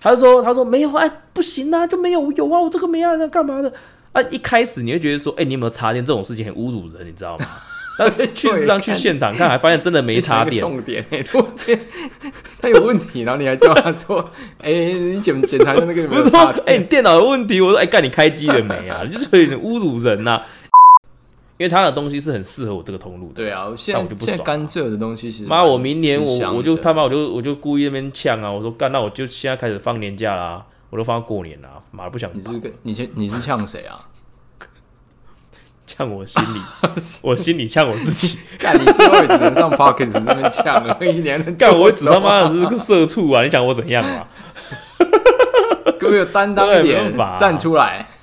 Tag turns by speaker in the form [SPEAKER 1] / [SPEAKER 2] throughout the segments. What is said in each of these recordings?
[SPEAKER 1] 他就说他说没有哎不行啊就没有我有啊我这个没啊那干嘛的啊一开始你会觉得说哎、你有没有插电这种事情很侮辱人你知 道吗？但是去
[SPEAKER 2] 对
[SPEAKER 1] 实际上去现场看还发现真的没插
[SPEAKER 2] 你
[SPEAKER 1] 电，
[SPEAKER 2] 讲一个重点、欸，如果这 他有问题，然后你还叫他说，哎、你检检查一下那个有没
[SPEAKER 1] 我
[SPEAKER 2] 有
[SPEAKER 1] 就说
[SPEAKER 2] 插：“
[SPEAKER 1] 哎、
[SPEAKER 2] 电。
[SPEAKER 1] 你电脑有问题。”我说：“哎、干你开机了没啊？”就是有点侮辱人呐、因为他的东西是很适合我这个通路的。
[SPEAKER 2] 对啊，我现
[SPEAKER 1] 但
[SPEAKER 2] 在
[SPEAKER 1] 我就不
[SPEAKER 2] 现在
[SPEAKER 1] 爽
[SPEAKER 2] 甘蔗的东西其实
[SPEAKER 1] 妈，
[SPEAKER 2] 蛮
[SPEAKER 1] 我明年
[SPEAKER 2] 吃香
[SPEAKER 1] 我我就
[SPEAKER 2] 的
[SPEAKER 1] 他妈我就我就故意那边呛啊！我说干，那我就现在开始放年假啦，我都放到过年啦，妈的不想
[SPEAKER 2] 你是跟你是你是呛谁啊？
[SPEAKER 1] 呛我心 里，我心里呛我自己，
[SPEAKER 2] 干你最后也只能上 Parkes 这边呛了，一年能
[SPEAKER 1] 干
[SPEAKER 2] 做
[SPEAKER 1] 我
[SPEAKER 2] 什
[SPEAKER 1] 只他妈
[SPEAKER 2] 么
[SPEAKER 1] 的是个社畜啊！你想我怎样啊？
[SPEAKER 2] 给我有担当一
[SPEAKER 1] 对没
[SPEAKER 2] 点
[SPEAKER 1] 办法，啊
[SPEAKER 2] 站出来。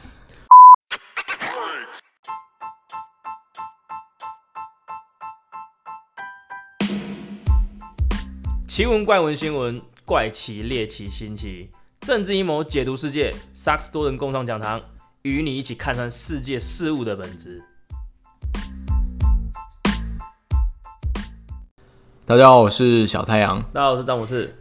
[SPEAKER 1] 奇闻怪闻新闻，怪奇猎奇新奇，政治阴谋解读世界，萨克斯多人共创讲堂，与你一起看穿世界事物的本质。
[SPEAKER 2] 大家好，我是小太阳。
[SPEAKER 1] 大家好，我是詹姆士。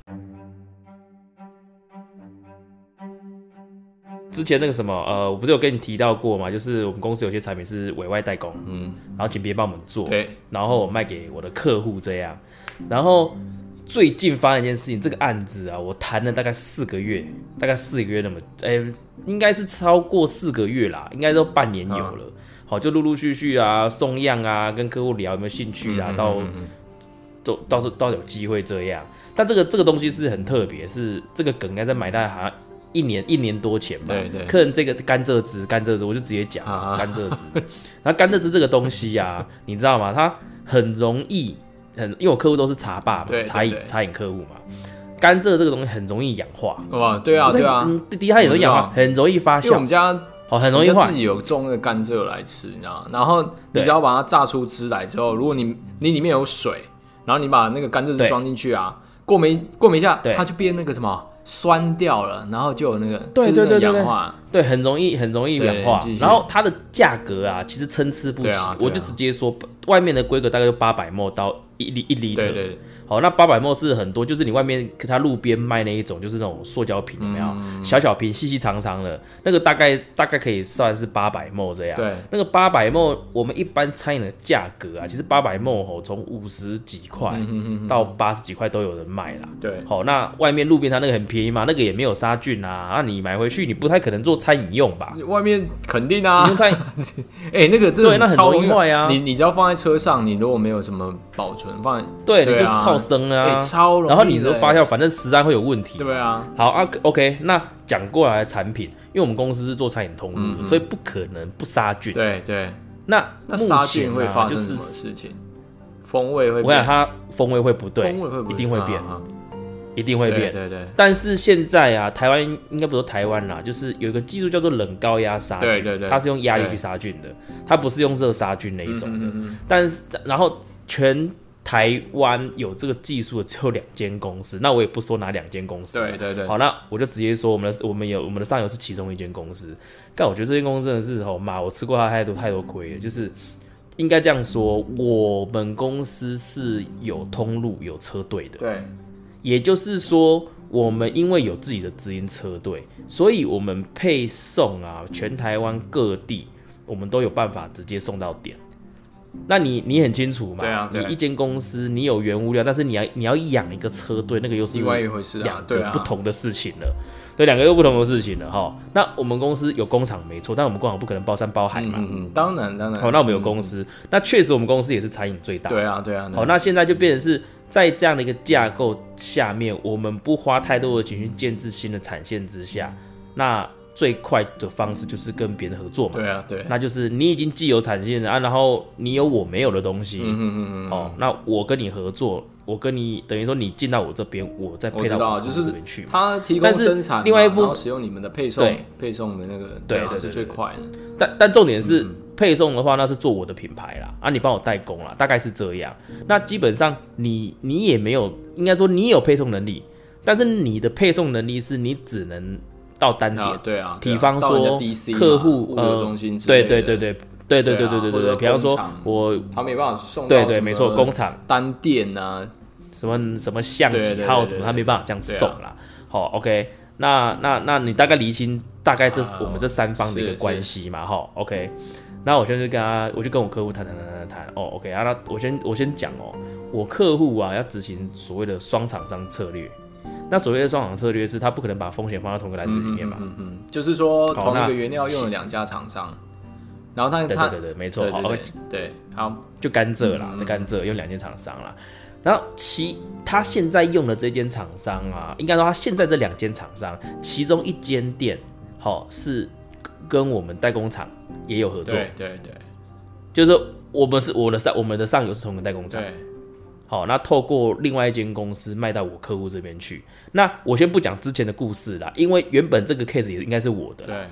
[SPEAKER 1] 之前那个什么，呃，我不是有跟你提到过嘛，就是我们公司有些产品是委外代工，
[SPEAKER 2] 嗯，
[SPEAKER 1] 然后请别人帮我们做，
[SPEAKER 2] 对，
[SPEAKER 1] 然后我卖给我的客户这样。然后最近发生一件事情，这个案子啊，我谈了大概四个月，大概四个月那么，哎、应该是超过四个月啦，应该都半年有
[SPEAKER 2] 嗯
[SPEAKER 1] 了。好，就陆陆续续啊，送样啊，跟客户聊有没有兴趣
[SPEAKER 2] 嗯
[SPEAKER 1] 啊，到都到时到有机会这样。但这个这个东西是很特别，是这个梗应该在买大概好像一年一年多前吧。
[SPEAKER 2] 对对
[SPEAKER 1] 客人这个甘蔗汁，甘蔗汁，我就直接讲
[SPEAKER 2] 啊
[SPEAKER 1] 甘蔗汁。然后甘蔗汁这个东西啊，你知道吗？它很容易很，因为我客户都是茶霸嘛
[SPEAKER 2] 对，对
[SPEAKER 1] 茶饮
[SPEAKER 2] 对
[SPEAKER 1] 茶饮客户嘛，甘蔗这个东西很容易氧化。
[SPEAKER 2] 哇，对啊，
[SPEAKER 1] 不是
[SPEAKER 2] 对啊，
[SPEAKER 1] 嗯，第一它也容易氧
[SPEAKER 2] 我
[SPEAKER 1] 化，
[SPEAKER 2] 知
[SPEAKER 1] 很容易发
[SPEAKER 2] 因为我
[SPEAKER 1] 酵
[SPEAKER 2] 们，家
[SPEAKER 1] 哦，很容
[SPEAKER 2] 我们
[SPEAKER 1] 易
[SPEAKER 2] 家
[SPEAKER 1] 坏
[SPEAKER 2] 自。己有种那个甘蔗来吃，你知道吗？然后你
[SPEAKER 1] 对
[SPEAKER 2] 只要把它榨出汁来之后，如果你你里面有水，然后你把那个甘蔗汁
[SPEAKER 1] 对
[SPEAKER 2] 装进去啊，过没过没一下
[SPEAKER 1] 对，
[SPEAKER 2] 它就变那个什么酸掉了，然后就有那个
[SPEAKER 1] 对
[SPEAKER 2] 就是
[SPEAKER 1] 对
[SPEAKER 2] 那
[SPEAKER 1] 对
[SPEAKER 2] 个
[SPEAKER 1] 对对
[SPEAKER 2] 氧化。
[SPEAKER 1] 对，很容易很容易
[SPEAKER 2] 对
[SPEAKER 1] 氧化
[SPEAKER 2] 继续。
[SPEAKER 1] 然后它的价格啊，其实参差不
[SPEAKER 2] 对
[SPEAKER 1] 齐。
[SPEAKER 2] 啊对
[SPEAKER 1] 我
[SPEAKER 2] 啊
[SPEAKER 1] 就直接说，外面的规格大概就八百 ml 到一里一
[SPEAKER 2] 对
[SPEAKER 1] 里
[SPEAKER 2] 对对，
[SPEAKER 1] 好，那八百 ml 是很多，就是你外面它路边卖那一种，就是那种塑胶瓶，有没有？
[SPEAKER 2] 嗯
[SPEAKER 1] 小小瓶，细细长长的，那个大概大概可以算是八百 ml 这样。
[SPEAKER 2] 对
[SPEAKER 1] 那个八百 ml，我们一般餐饮的价格啊，其实八百 ml 吼，从五十几块到八十几块都有人卖啦。
[SPEAKER 2] 嗯对
[SPEAKER 1] 好，那外面路边它那个很便宜嘛，那个也没有杀菌啊，那你买回去你不太可能做餐饮用吧？
[SPEAKER 2] 外面肯定
[SPEAKER 1] 你
[SPEAKER 2] 啊
[SPEAKER 1] 用，餐饮
[SPEAKER 2] 哎、那个真
[SPEAKER 1] 嗯对
[SPEAKER 2] 的
[SPEAKER 1] 那很
[SPEAKER 2] 超
[SPEAKER 1] 容易坏啊
[SPEAKER 2] 你你只要放在车上，你如果没有什么保存，放在
[SPEAKER 1] 对，你就
[SPEAKER 2] 对
[SPEAKER 1] 是
[SPEAKER 2] 啊
[SPEAKER 1] 超生
[SPEAKER 2] 哎、
[SPEAKER 1] 啊，
[SPEAKER 2] 超容易的、
[SPEAKER 1] 然后你就发
[SPEAKER 2] 现
[SPEAKER 1] 酵，反正食安会有问题。
[SPEAKER 2] 对啊，
[SPEAKER 1] 好啊，OK，那讲过来的产品，因为我们公司是做餐饮通路的，所以不可能不杀菌。
[SPEAKER 2] 嗯对对，
[SPEAKER 1] 那
[SPEAKER 2] 那
[SPEAKER 1] 目
[SPEAKER 2] 杀
[SPEAKER 1] 前
[SPEAKER 2] 菌
[SPEAKER 1] 啊
[SPEAKER 2] 会发
[SPEAKER 1] 就
[SPEAKER 2] 生
[SPEAKER 1] 是
[SPEAKER 2] 什么事情？风味会
[SPEAKER 1] 我想
[SPEAKER 2] 变，
[SPEAKER 1] 它风味会不对，
[SPEAKER 2] 风味会不
[SPEAKER 1] 一定会变，
[SPEAKER 2] 啊啊
[SPEAKER 1] 一定会变。
[SPEAKER 2] 对对
[SPEAKER 1] 但是现在啊，台湾应该不是台湾啦，就是有一个技术叫做冷高压杀菌，
[SPEAKER 2] 嗯对对对
[SPEAKER 1] 它是用压力
[SPEAKER 2] 对
[SPEAKER 1] 去杀菌的，它不是用热杀菌那一
[SPEAKER 2] 对，
[SPEAKER 1] 种
[SPEAKER 2] 嗯
[SPEAKER 1] 的。
[SPEAKER 2] 嗯嗯
[SPEAKER 1] 但是然后全台湾有这个技术的只有两间公司，那我也不说哪两间公司了，
[SPEAKER 2] 对对对
[SPEAKER 1] 好，那我就直接说我们的我们有我们的上游是其中一间公司，但我觉得这间公司真的是吼妈，我吃过它太
[SPEAKER 2] 嗯
[SPEAKER 1] 多太多亏了，就是应该这样说，我们公司是有通路有车队的，
[SPEAKER 2] 对，
[SPEAKER 1] 也就是说。我们因为有自己的直营车队，所以我们配送啊，全台湾各地我们都有办法直接送到点。那你你很清楚嘛？
[SPEAKER 2] 对啊对
[SPEAKER 1] 你一间公司你有原物料，但是你要你要养一个车队，那个又是
[SPEAKER 2] 另外一回事啊
[SPEAKER 1] 两，
[SPEAKER 2] 对
[SPEAKER 1] 个
[SPEAKER 2] 啊，
[SPEAKER 1] 不同的事情了，对，两个又不同的事情了哈。那我们公司有工厂没错，但我们工厂不可能包山包海
[SPEAKER 2] 嗯
[SPEAKER 1] 嘛。
[SPEAKER 2] 嗯嗯，当然当然，
[SPEAKER 1] 好，那我们有公司，那确实我们公司也是餐饮最大。
[SPEAKER 2] 对啊对啊，对啊
[SPEAKER 1] 好，那现在就变成是在这样的一个架构下面，我们不花太多的钱去建制新的产线之下，那最快的方式就是跟别人合作嘛。
[SPEAKER 2] 对啊对，
[SPEAKER 1] 那就是你已经既有产线了啊，然后你有我没有的东西，
[SPEAKER 2] 嗯嗯嗯嗯，
[SPEAKER 1] 哦，那我跟你合作，我跟你等于说你进到我这边，我再
[SPEAKER 2] 我
[SPEAKER 1] 配
[SPEAKER 2] 知
[SPEAKER 1] 到
[SPEAKER 2] 道，
[SPEAKER 1] 我客
[SPEAKER 2] 就
[SPEAKER 1] 户
[SPEAKER 2] 是
[SPEAKER 1] 这边去嘛。
[SPEAKER 2] 它嗯提供
[SPEAKER 1] 但是
[SPEAKER 2] 生产嘛，
[SPEAKER 1] 另外一部
[SPEAKER 2] 然后使用你们的配送
[SPEAKER 1] 对
[SPEAKER 2] 配送的那个，
[SPEAKER 1] 对
[SPEAKER 2] 啊
[SPEAKER 1] 对对
[SPEAKER 2] 是
[SPEAKER 1] 对
[SPEAKER 2] 最快的，
[SPEAKER 1] 但但重点是
[SPEAKER 2] 嗯
[SPEAKER 1] 配送的话，那是做我的品牌啦，啊，你帮我代工啦，大概是这样。那基本上你你也没有，应该说你有配送能力，但是你的配送能力是你只能到单点
[SPEAKER 2] 啊，对啊，对啊
[SPEAKER 1] 比方
[SPEAKER 2] 到人家
[SPEAKER 1] 说
[SPEAKER 2] DC 嘛
[SPEAKER 1] 客户
[SPEAKER 2] 啊物流
[SPEAKER 1] 呃
[SPEAKER 2] 中心之类
[SPEAKER 1] 对
[SPEAKER 2] 的，
[SPEAKER 1] 对对对对对
[SPEAKER 2] 对
[SPEAKER 1] 对
[SPEAKER 2] 啊
[SPEAKER 1] 对对
[SPEAKER 2] 或
[SPEAKER 1] 对
[SPEAKER 2] 者
[SPEAKER 1] 对，比方
[SPEAKER 2] 工
[SPEAKER 1] 说
[SPEAKER 2] 厂
[SPEAKER 1] 我
[SPEAKER 2] 他没办法送到
[SPEAKER 1] 对对
[SPEAKER 2] 什么
[SPEAKER 1] 没错，工厂
[SPEAKER 2] 单店啊，
[SPEAKER 1] 什么什么巷
[SPEAKER 2] 对对
[SPEAKER 1] 几
[SPEAKER 2] 对
[SPEAKER 1] 号
[SPEAKER 2] 对
[SPEAKER 1] 什
[SPEAKER 2] 对
[SPEAKER 1] 么，他没办法这样送啦。好，OK，那那那你大概厘清大概这是
[SPEAKER 2] 啊
[SPEAKER 1] 我们这三方的一个
[SPEAKER 2] 是
[SPEAKER 1] 关系嘛，哈，OK。那我现在就跟他，我就跟我客户谈谈谈谈谈，哦，OK 啊，那我先我先讲哦，我客户啊要执行所谓的双厂商策略。那所谓的双厂策略是，他不可能把风险放到同一个篮子里面嘛。
[SPEAKER 2] 嗯嗯，就是说
[SPEAKER 1] 好
[SPEAKER 2] 同一
[SPEAKER 1] 那
[SPEAKER 2] 个原料用了两家厂商，然后他
[SPEAKER 1] 对
[SPEAKER 2] 嗯他
[SPEAKER 1] 对对对，没错，好
[SPEAKER 2] 对对对好，
[SPEAKER 1] 就甘蔗
[SPEAKER 2] 嗯
[SPEAKER 1] 啦，就甘蔗用两间厂商啦。然后其他现在用的这间厂商啊，应该说他现在这两间厂商，其中一间店好、是跟我们代工厂也有合作，
[SPEAKER 2] 对对对
[SPEAKER 1] 就是说我们是我的上我们的上游是同一个代工厂，
[SPEAKER 2] 对，
[SPEAKER 1] 好，那透过另外一间公司卖到我客户这边去。那我先不讲之前的故事啦，因为原本这个 case 也应该是我的啦，
[SPEAKER 2] 对，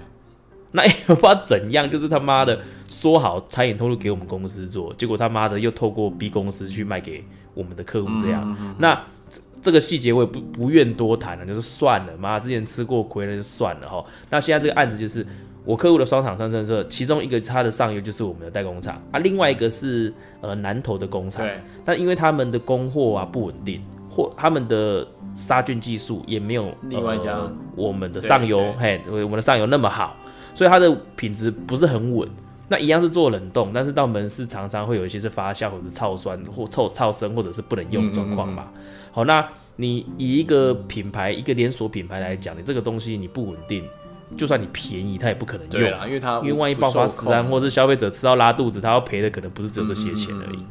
[SPEAKER 1] 那也不知道怎样，就是他妈的说好餐饮通路给我们公司做，结果他妈的又透过 B 公司去卖给我们的客户，这样。
[SPEAKER 2] 嗯
[SPEAKER 1] 那这这个细节我也不不愿多谈了，就是算了，妈之前吃过亏了就算了哈。那现在这个案子就是我客户的双厂商政策，其中一个他的上游就是我们的代工厂啊，另外一个是呃南投的工厂。
[SPEAKER 2] 对
[SPEAKER 1] 但因为他们的供货啊不稳定，或他们的杀菌技术也没有
[SPEAKER 2] 另外一家
[SPEAKER 1] 呃我们的
[SPEAKER 2] 对
[SPEAKER 1] 上游
[SPEAKER 2] 对，
[SPEAKER 1] 嘿，我们的上游那么好，所以它的品质不是很稳。那一样是做冷冻，但是到门市常常会有一些是发酵或者是超酸或臭超生或者是不能用的状况嘛。
[SPEAKER 2] 嗯
[SPEAKER 1] 好，那你以一个品牌一个连锁品牌来讲，你这个东西你不稳定，就算你便宜，它也不可能
[SPEAKER 2] 对
[SPEAKER 1] 用啊。
[SPEAKER 2] 啦，因为他
[SPEAKER 1] 因为万一爆发实
[SPEAKER 2] 安
[SPEAKER 1] 战，或是消费者吃到拉肚子，他要赔的可能不是只有这些钱而已。
[SPEAKER 2] 嗯嗯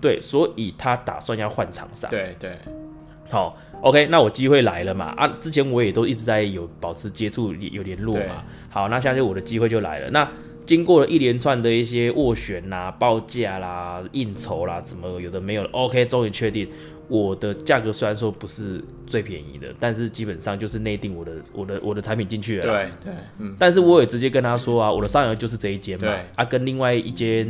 [SPEAKER 1] 对，所以他打算要换厂商。
[SPEAKER 2] 对对
[SPEAKER 1] 好，OK，那我机会来了嘛？啊，之前我也都一直在有保持接触，有联络
[SPEAKER 2] 对
[SPEAKER 1] 嘛。好，那现在就我的机会就来了。那经过了一连串的一些斡旋啦、报价啦、应酬啦，怎么有的没有的，OK，终于确定我的价格虽然说不是最便宜的，但是基本上就是内定我的我的我的产品进去了啦。
[SPEAKER 2] 对对，嗯，
[SPEAKER 1] 但是我也直接跟他说啊，我的上游就是这一间嘛
[SPEAKER 2] 对，
[SPEAKER 1] 啊，跟另外一间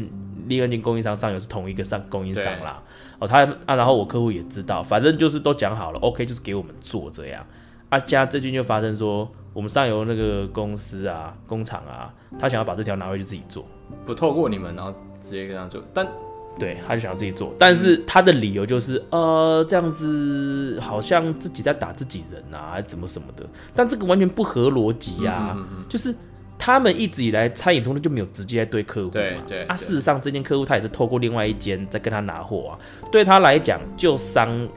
[SPEAKER 1] 另外一间供应商上游是同一个上供应商啦。哦，他啊，然后我客户也知道，反正就是都讲好了，OK，就是给我们做这样。啊，加最近就发生说，我们上游那个公司啊、工厂啊，他想要把这条拿回去自己做，
[SPEAKER 2] 不透过你们，然后直接跟他做，但
[SPEAKER 1] 啊对，他就想要自己做，但是他的理由就是，呃，这样子好像自己在打自己人啊，怎么什么的，但这个完全不合逻辑
[SPEAKER 2] 嗯
[SPEAKER 1] 啊，就是他们一直以来餐饮通路就没有直接在对客户嘛，
[SPEAKER 2] 对对
[SPEAKER 1] 啊，
[SPEAKER 2] 对
[SPEAKER 1] 事实上这间客户他也是透过另外一间在跟他拿货啊，对他来讲，就商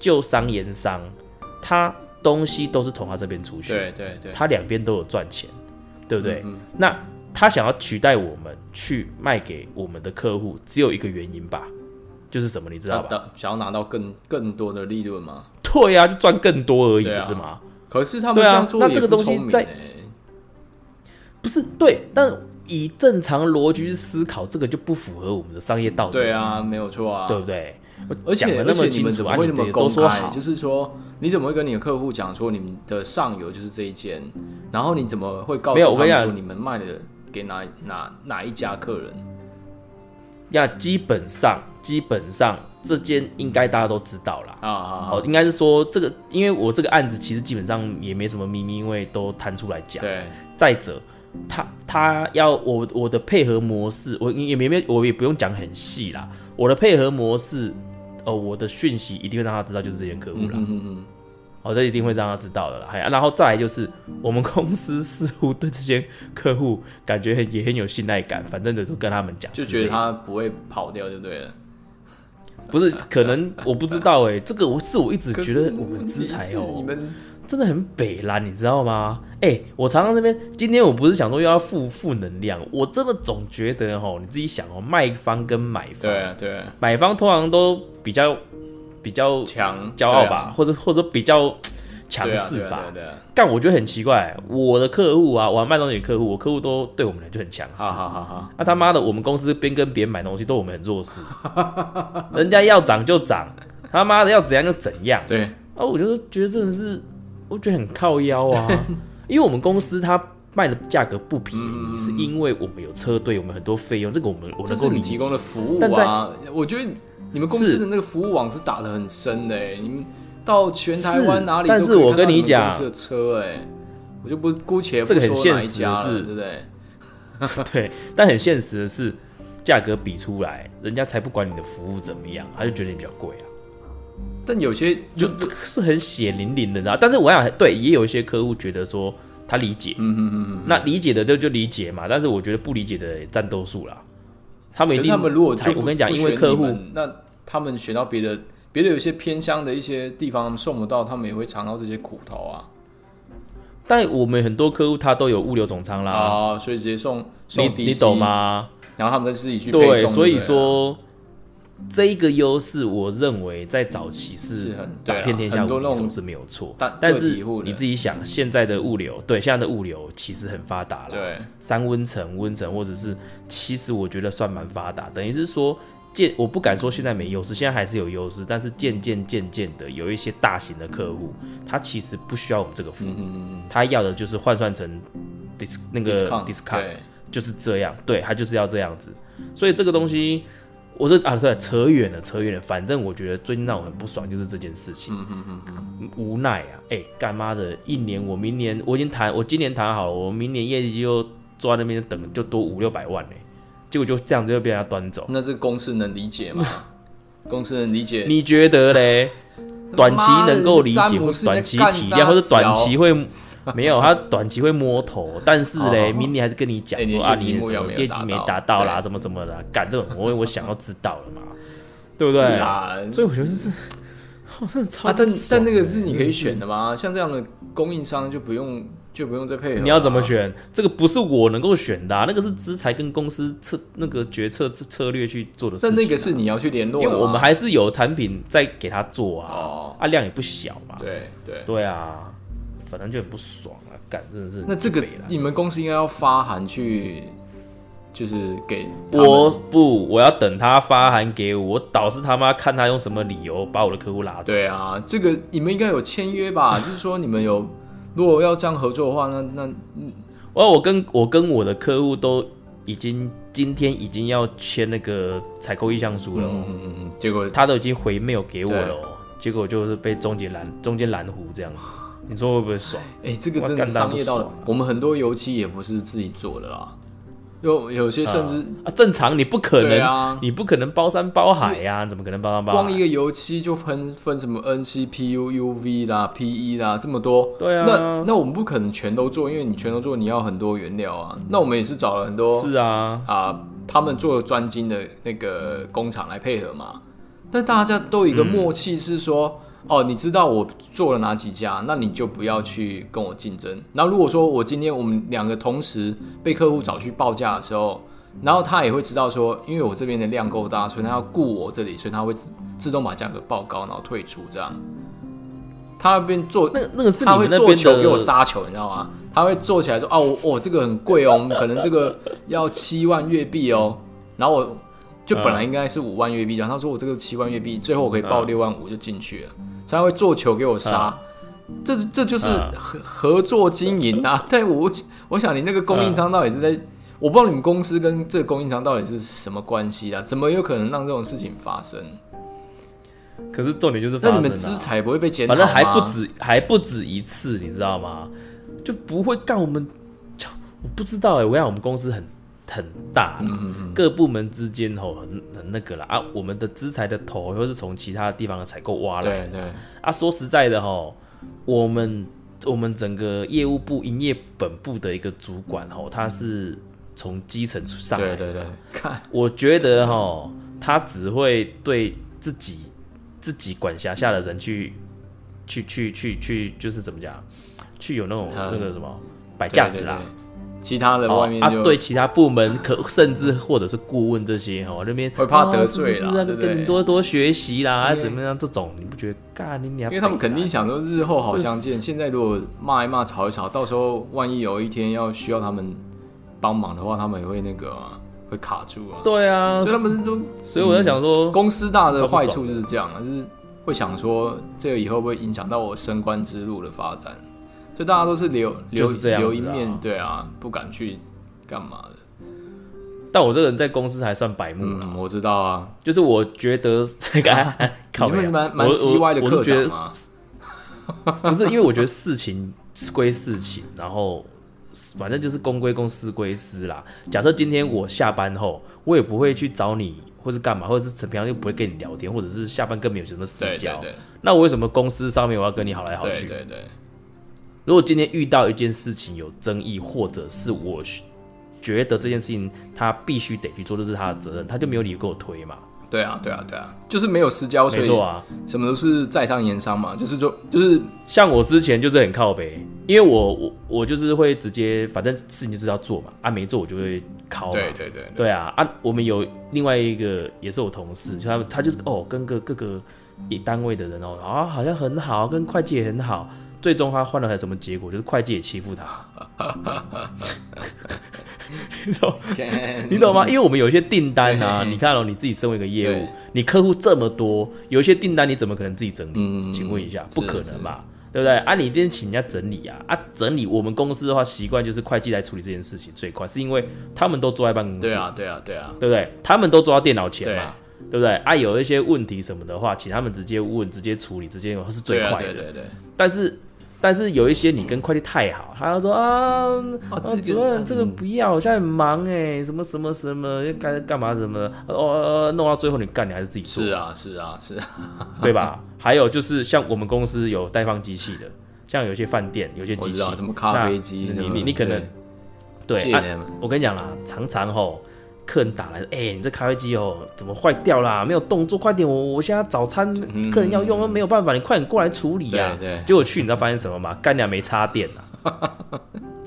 [SPEAKER 1] 就商言商，他东西都是从他这边出去，
[SPEAKER 2] 对嗯对对，
[SPEAKER 1] 他两边都有赚钱，对不对？那他想要取代我们去卖给我们的客户，只有一个原因吧，就是什么你知道
[SPEAKER 2] 他
[SPEAKER 1] 吧？
[SPEAKER 2] 到想要拿到更更多的利润嘛。
[SPEAKER 1] 对啊呀、就赚更多而已，
[SPEAKER 2] 对啊
[SPEAKER 1] 不是吗？
[SPEAKER 2] 可是他们
[SPEAKER 1] 对
[SPEAKER 2] 这
[SPEAKER 1] 啊
[SPEAKER 2] 样做
[SPEAKER 1] 那
[SPEAKER 2] 也
[SPEAKER 1] 这个
[SPEAKER 2] 不
[SPEAKER 1] 东西
[SPEAKER 2] 聪明
[SPEAKER 1] 在
[SPEAKER 2] 欸
[SPEAKER 1] 不是对，但以正常逻辑去思考，这个就不符合我们的商业道德，
[SPEAKER 2] 对啊，没有错啊，
[SPEAKER 1] 对不对？
[SPEAKER 2] 而
[SPEAKER 1] 讲
[SPEAKER 2] 且
[SPEAKER 1] 得
[SPEAKER 2] 而
[SPEAKER 1] 那么
[SPEAKER 2] 且你
[SPEAKER 1] 清
[SPEAKER 2] 们怎
[SPEAKER 1] 楚
[SPEAKER 2] 么
[SPEAKER 1] 啊，
[SPEAKER 2] 会
[SPEAKER 1] 你
[SPEAKER 2] 那么
[SPEAKER 1] 也
[SPEAKER 2] 公
[SPEAKER 1] 都说
[SPEAKER 2] 开？
[SPEAKER 1] 好
[SPEAKER 2] 就，是说，你怎么会跟你的客户讲说你们的上游就是这一间？然后你怎么会告
[SPEAKER 1] 没
[SPEAKER 2] 诉
[SPEAKER 1] 有
[SPEAKER 2] 他
[SPEAKER 1] 我跟
[SPEAKER 2] 们
[SPEAKER 1] 你
[SPEAKER 2] 说
[SPEAKER 1] 讲
[SPEAKER 2] 你们卖的给哪哪哪一家客人？
[SPEAKER 1] 呀，基本上基本上这间应该大家都知道啦。哦
[SPEAKER 2] 啊啊，
[SPEAKER 1] 好，应该是说这个，因为我这个案子其实基本上也没什么秘密，因为都摊出来讲。
[SPEAKER 2] 对
[SPEAKER 1] 再者，他他要我我的配合模式，我也也没我也不用讲很细啦。我的配合模式，呃，我的讯息一定会让他知道就是这些客户啦。嗯嗯哦，这一定会让他知道的啦。还然后再来就是，我们公司似乎对这些客户感觉很也很有信赖感，反正的都跟他们讲之
[SPEAKER 2] 就
[SPEAKER 1] 类的，
[SPEAKER 2] 觉得他不会跑掉就对了。
[SPEAKER 1] 不是可能我不知道哎、这个我是我一直
[SPEAKER 2] 可
[SPEAKER 1] 觉
[SPEAKER 2] 是
[SPEAKER 1] 得我们资财哦、
[SPEAKER 2] 问题是你们
[SPEAKER 1] 真的很北蓝，你知道吗？哎、我常常那边，今天我不是想说要负负能量，我真的总觉得哦，你自己想哦，卖方跟买方，
[SPEAKER 2] 对啊对
[SPEAKER 1] 买方通常都比较比较
[SPEAKER 2] 强
[SPEAKER 1] 骄傲吧，，或者或者比较强
[SPEAKER 2] 啊对啊
[SPEAKER 1] 势吧。
[SPEAKER 2] 对啊对啊对啊，
[SPEAKER 1] 但我觉得很奇怪，我的客户啊，我卖东西给客户，我客户都对我们俩就很强势。啊
[SPEAKER 2] 好好好好，
[SPEAKER 1] 那、他妈的，我们公司边跟别人买东西，都我们很弱势， 人家要涨就涨，他妈的要怎样就怎样。
[SPEAKER 2] 对
[SPEAKER 1] 啊，我就觉得真的是，我觉得很靠腰 啊，因为我们公司它卖的价格不便宜，是因为我们有车队，我们很多费用，这个我们我
[SPEAKER 2] 这
[SPEAKER 1] 能
[SPEAKER 2] 是
[SPEAKER 1] 够
[SPEAKER 2] 你
[SPEAKER 1] 理
[SPEAKER 2] 提
[SPEAKER 1] 解。
[SPEAKER 2] 供的服务
[SPEAKER 1] 但
[SPEAKER 2] 啊，我觉得你们公司
[SPEAKER 1] 是
[SPEAKER 2] 的那个服务网是打得很深的哎，你们到全台湾
[SPEAKER 1] 是
[SPEAKER 2] 哪里都
[SPEAKER 1] 但
[SPEAKER 2] 可以
[SPEAKER 1] 是我
[SPEAKER 2] 看到
[SPEAKER 1] 跟你
[SPEAKER 2] 们公
[SPEAKER 1] 讲
[SPEAKER 2] 司的车哎，我就不姑且不
[SPEAKER 1] 这个很
[SPEAKER 2] 说
[SPEAKER 1] 现
[SPEAKER 2] 哪一
[SPEAKER 1] 实
[SPEAKER 2] 家了，
[SPEAKER 1] 是
[SPEAKER 2] 对不对？
[SPEAKER 1] 对，但很现实的是，价格比出来，人家才不管你的服务怎么样，他就觉得你比较贵啊。
[SPEAKER 2] 但有些
[SPEAKER 1] 就
[SPEAKER 2] 就
[SPEAKER 1] 这个是很血淋淋的，你知道？但是我想，对，也有一些客户觉得说他理解，嗯嗯嗯，那理解的就就理解嘛，但是我觉得不理解的也占多数啦，他们一
[SPEAKER 2] 可是
[SPEAKER 1] 定
[SPEAKER 2] 他们如果
[SPEAKER 1] 才
[SPEAKER 2] 就
[SPEAKER 1] 我跟你讲，
[SPEAKER 2] 不
[SPEAKER 1] 因为
[SPEAKER 2] 选
[SPEAKER 1] 客
[SPEAKER 2] 你
[SPEAKER 1] 户
[SPEAKER 2] 们那他们选到别的别的有些偏乡的一些地方，他们送不到，他们也会尝到这些苦头啊
[SPEAKER 1] 但我们很多客户他都有物流总仓啦，
[SPEAKER 2] 啊，所以直接送
[SPEAKER 1] 你
[SPEAKER 2] 送 DC，
[SPEAKER 1] 你懂？吗？
[SPEAKER 2] 然后他们再自己去配
[SPEAKER 1] 对，
[SPEAKER 2] 送
[SPEAKER 1] 所以
[SPEAKER 2] 就对了啊
[SPEAKER 1] 说这一个优势，我认为在早期是
[SPEAKER 2] 是很
[SPEAKER 1] 打
[SPEAKER 2] 对啊
[SPEAKER 1] 遍天下
[SPEAKER 2] 很多
[SPEAKER 1] 无
[SPEAKER 2] 那
[SPEAKER 1] 敌
[SPEAKER 2] 种
[SPEAKER 1] 手是没有错
[SPEAKER 2] 大，
[SPEAKER 1] 但
[SPEAKER 2] 个
[SPEAKER 1] 是
[SPEAKER 2] 体户的
[SPEAKER 1] 你自己想，现在的物流，对现在的物流其实很发达了，
[SPEAKER 2] 对
[SPEAKER 1] 三温层、温层或者是，其实我觉得算蛮发达，等于是说。渐，我不敢说现在没优势，现在还是有优势，但是渐渐渐渐的，有一些大型的客户，他其实不需要我们这个服务，他要的就是换算成 dis 那个
[SPEAKER 2] discount
[SPEAKER 1] discount，
[SPEAKER 2] 对
[SPEAKER 1] 就是这样，对他就是要这样子。所以这个东西，我这啊，对，扯远了，扯远了。反正我觉得最近让我很不爽就是这件事情，无奈啊，哎、干妈的，一年我明年我已经谈，我今年谈好了，我明年业绩就坐在那边等，就多五六百万呢、结果就这样子就被人家端走，
[SPEAKER 2] 那这个公司能 理解吗？公司能理解？
[SPEAKER 1] 你觉得嘞？短期能够理
[SPEAKER 2] 詹
[SPEAKER 1] 解，
[SPEAKER 2] 姆
[SPEAKER 1] 或
[SPEAKER 2] 斯
[SPEAKER 1] 短
[SPEAKER 2] 在
[SPEAKER 1] 期
[SPEAKER 2] 干
[SPEAKER 1] 体
[SPEAKER 2] 啥
[SPEAKER 1] 谅，或者短
[SPEAKER 2] 小
[SPEAKER 1] 期会没有，他短期会摸头，但是嘞，
[SPEAKER 2] 哦
[SPEAKER 1] 明年还是跟你讲
[SPEAKER 2] 哎
[SPEAKER 1] 说
[SPEAKER 2] 你
[SPEAKER 1] 啊，
[SPEAKER 2] 业绩
[SPEAKER 1] 你
[SPEAKER 2] 目
[SPEAKER 1] 怎
[SPEAKER 2] 标
[SPEAKER 1] 么
[SPEAKER 2] 没有
[SPEAKER 1] 业
[SPEAKER 2] 达
[SPEAKER 1] 绩没
[SPEAKER 2] 到
[SPEAKER 1] 达到啦，
[SPEAKER 2] 对
[SPEAKER 1] 什么什么的，干这种我我想要知道了 嘛，对不对？
[SPEAKER 2] 是啊，
[SPEAKER 1] 所以我觉得是， 我真的超
[SPEAKER 2] 啊，但
[SPEAKER 1] 不爽
[SPEAKER 2] 但那个
[SPEAKER 1] 的
[SPEAKER 2] 是你可以选的吗？像这样的供应商就不用就不用再配合。
[SPEAKER 1] 你要怎么？选？这个不是我能够选的啊、那个是资财跟公司策那个决策策策略去做的事
[SPEAKER 2] 但
[SPEAKER 1] 情、
[SPEAKER 2] 那个是你要去联络
[SPEAKER 1] 因
[SPEAKER 2] 的
[SPEAKER 1] 为
[SPEAKER 2] 嘛，
[SPEAKER 1] 我们还是有产品在给他做啊，
[SPEAKER 2] 啊哦
[SPEAKER 1] 啊量也不小嘛，
[SPEAKER 2] 对对。
[SPEAKER 1] 对啊，反正就很不爽啊，干真的是
[SPEAKER 2] 那这个
[SPEAKER 1] 北兰
[SPEAKER 2] 你们公司应该要发函去，就是给他们
[SPEAKER 1] 我不，我要等他发函给我，我导师他妈看他用什么理由把我的客户拉走。
[SPEAKER 2] 对啊，这个你们应该有签约吧？就是说你们有，如果要这样合作的话，那那
[SPEAKER 1] 哦，我跟我跟我的客户都已经今天已经要签那个采购意向书了、哦，
[SPEAKER 2] 嗯嗯嗯，结果
[SPEAKER 1] 他都已经回 mail 给我了、哦，结果就是被中间拦中间拦糊这样，你说会不会爽？
[SPEAKER 2] 哎、这个
[SPEAKER 1] 哇
[SPEAKER 2] 真的
[SPEAKER 1] 干大
[SPEAKER 2] 商业
[SPEAKER 1] 不
[SPEAKER 2] 到
[SPEAKER 1] 爽啊
[SPEAKER 2] 了，我们很多油漆也不是自己做的啦，有有些甚至
[SPEAKER 1] 啊，正常你不可
[SPEAKER 2] 对
[SPEAKER 1] 能，
[SPEAKER 2] 啊，
[SPEAKER 1] 你不可能包山包海呀、怎么可能包山包
[SPEAKER 2] 光一
[SPEAKER 1] 海？
[SPEAKER 2] 个油漆就分分什么 NCPU、UV 啦、PE 啦，这么多。
[SPEAKER 1] 对
[SPEAKER 2] 那
[SPEAKER 1] 啊，
[SPEAKER 2] 那我们不可能全都做，因为你全都做，你要很多原料啊。那我们也是找了很多
[SPEAKER 1] 是啊，
[SPEAKER 2] 啊、他们做专精的那个工厂来配合嘛。但大家都有一个默契是说，哦，你知道我做了哪几家，那你就不要去跟我竞争。然后如果说我今天我们两个同时被客户找去报价的时候，然后他也会知道说，因为我这边的量够大，所以他要顾我这里，所以他会自自动把价格报高，然后退出这样。他那边做
[SPEAKER 1] 那那个是你
[SPEAKER 2] 他
[SPEAKER 1] 们
[SPEAKER 2] 会
[SPEAKER 1] 那
[SPEAKER 2] 做
[SPEAKER 1] 边
[SPEAKER 2] 球给我
[SPEAKER 1] 的，
[SPEAKER 2] 杀球，你知道吗？他会做起来说：“哦，我我这个很贵哦，我们可能这个要七万月币哦。”然后我就本
[SPEAKER 1] 嗯
[SPEAKER 2] 来应该是五万月币，然后他说我这个七万月币，最后我可以报六万五就进去了。所以他会做球给我杀，这这就是
[SPEAKER 1] 嗯
[SPEAKER 2] 合合作经营啊。 但我我想你那个供应商到底是在，
[SPEAKER 1] 嗯
[SPEAKER 2] 我不知道你们公司跟这个供应商到底是什么关系啊？怎么有可能让这种事情发生？
[SPEAKER 1] 可是重点就是发生、
[SPEAKER 2] 那
[SPEAKER 1] 啊、
[SPEAKER 2] 你们资财不会被检讨
[SPEAKER 1] 反
[SPEAKER 2] 吗？
[SPEAKER 1] 正还不止还不止一次，你知道吗？就不会干我们，就我不知道哎、我想我们公司很很大啦，
[SPEAKER 2] 嗯
[SPEAKER 1] 各部门之间吼很很那个啦啊，我们的资材的头又是从其他地方的采购挖来
[SPEAKER 2] 对对，
[SPEAKER 1] 啊。说实在的吼，我们我们整个业务部营业本部的一个主管吼，他是从基层上来
[SPEAKER 2] 对
[SPEAKER 1] 的
[SPEAKER 2] 对对，看
[SPEAKER 1] 我觉得哈，他只会对自己自己管辖下的人去去去去去，就是怎么讲，啊去有那种、
[SPEAKER 2] 嗯
[SPEAKER 1] 那个什么摆架子啦
[SPEAKER 2] 对。对对其他的
[SPEAKER 1] 哦
[SPEAKER 2] 外面
[SPEAKER 1] 啊
[SPEAKER 2] 就、，
[SPEAKER 1] 对其他部门可甚至或者是顾问这些哦，那边
[SPEAKER 2] 会怕
[SPEAKER 1] 哦
[SPEAKER 2] 得
[SPEAKER 1] 是
[SPEAKER 2] 罪
[SPEAKER 1] 是
[SPEAKER 2] 啦
[SPEAKER 1] 是啊
[SPEAKER 2] 对不
[SPEAKER 1] 跟
[SPEAKER 2] 对
[SPEAKER 1] 你多多学习啦，啊
[SPEAKER 2] 因为
[SPEAKER 1] 怎么样这种，你不觉得干你娘？
[SPEAKER 2] 因为他们肯定想说日后好相见，现在如果骂一骂、吵一吵，到时候万一有一天要需要他们帮忙的话，他们也会那个、啊、会卡住啊。
[SPEAKER 1] 对啊
[SPEAKER 2] 所以，他嗯们都
[SPEAKER 1] 所以我在想说，
[SPEAKER 2] 公司大的
[SPEAKER 1] 超不爽
[SPEAKER 2] 坏处就是这样啊，就是会想说这个以后会不会影响到我升官之路的发展，所以大家都是留留、
[SPEAKER 1] 就是这样子啊
[SPEAKER 2] 留一面，对啊，不敢去干嘛的。
[SPEAKER 1] 但我这个人在公司还算白目啦，
[SPEAKER 2] 嗯，我知道啊，
[SPEAKER 1] 就是我觉得这个靠
[SPEAKER 2] 你
[SPEAKER 1] 背
[SPEAKER 2] 们
[SPEAKER 1] 啊我
[SPEAKER 2] 蛮蛮
[SPEAKER 1] 我
[SPEAKER 2] 叽歪的
[SPEAKER 1] 我是
[SPEAKER 2] 课
[SPEAKER 1] 觉得
[SPEAKER 2] 长啊，
[SPEAKER 1] 不是因为我觉得事情是归事情，然后反正就是公归公，私归私啦。假设今天我下班后，我也不会去找你，或是干嘛，或者是怎么样，又不会跟你聊天，或者是下班根本有什么私
[SPEAKER 2] 对对
[SPEAKER 1] 交。
[SPEAKER 2] 对
[SPEAKER 1] 那我为什么公司上面我要跟你好来好
[SPEAKER 2] 对
[SPEAKER 1] 去？
[SPEAKER 2] 对对，
[SPEAKER 1] 如果今天遇到一件事情有争议，或者是我觉得这件事情他必须得去做，这是他的责任，他就没有理由给我推嘛。
[SPEAKER 2] 对啊对啊对啊，就是没有私交，所
[SPEAKER 1] 没
[SPEAKER 2] 以
[SPEAKER 1] 错啊，
[SPEAKER 2] 什么都是在商言商嘛，就是说就是
[SPEAKER 1] 像我之前就是很靠北，因为我我我就是会直接，反正事情就是要做嘛，啊没做我就会敲嘛。
[SPEAKER 2] 对对对对
[SPEAKER 1] 对啊啊！我们有另外一个也是我同事，就他们他就是哦，跟个各个一单位的人哦，啊好像很好，跟会计也很好，最终他换了台什么结果？就是会计也欺负 他，你懂
[SPEAKER 2] ，OK，
[SPEAKER 1] 你懂吗？因为我们有一些订单啊，
[SPEAKER 2] 对
[SPEAKER 1] 你看哦，你自己身为一个业务
[SPEAKER 2] 对，
[SPEAKER 1] 你客户这么多，有一些订单你怎么可能自己整理？
[SPEAKER 2] 嗯
[SPEAKER 1] 请问一下，
[SPEAKER 2] 是
[SPEAKER 1] 不可能吧？对不对？啊，你一定请人家整理啊！啊，整理我们公司的话，习惯就是会计来处理这件事情最快，是因为他们都坐在办公室，
[SPEAKER 2] 对啊对啊对啊，
[SPEAKER 1] 对不对？他们都坐到电脑前
[SPEAKER 2] 对
[SPEAKER 1] 嘛，对不对？啊，有一些问题什么的话，请他们直接问，直接处理，直接是最
[SPEAKER 2] 对啊
[SPEAKER 1] 快的。
[SPEAKER 2] 对对对，
[SPEAKER 1] 但是但是有一些你跟会计太好，他要说啊，啊
[SPEAKER 2] 这个
[SPEAKER 1] 主任
[SPEAKER 2] 嗯
[SPEAKER 1] 这个不要，我现在很忙哎，什么什么什么，要干干嘛什么的，哦哦，哦弄到最后你干你还是自己做，
[SPEAKER 2] 是啊是啊是啊，
[SPEAKER 1] 对吧？还有就是像我们公司有代放机器的，像有一些饭店有一些
[SPEAKER 2] 我
[SPEAKER 1] 机
[SPEAKER 2] 知
[SPEAKER 1] 器
[SPEAKER 2] 道，什么咖啡机
[SPEAKER 1] 那
[SPEAKER 2] 什
[SPEAKER 1] 你
[SPEAKER 2] 么，
[SPEAKER 1] 你你可能对
[SPEAKER 2] 对
[SPEAKER 1] 啊
[SPEAKER 2] 借人
[SPEAKER 1] 我跟你讲啦，常常吼，客人打来，哎、你这咖啡机哦怎么坏掉啦？没有动作，快点，我我现在早餐
[SPEAKER 2] 嗯
[SPEAKER 1] 客人要用，没有办法，你快点过来处理呀、
[SPEAKER 2] 对对
[SPEAKER 1] 结果去，你知道发现什么吗？干娘没插电啊，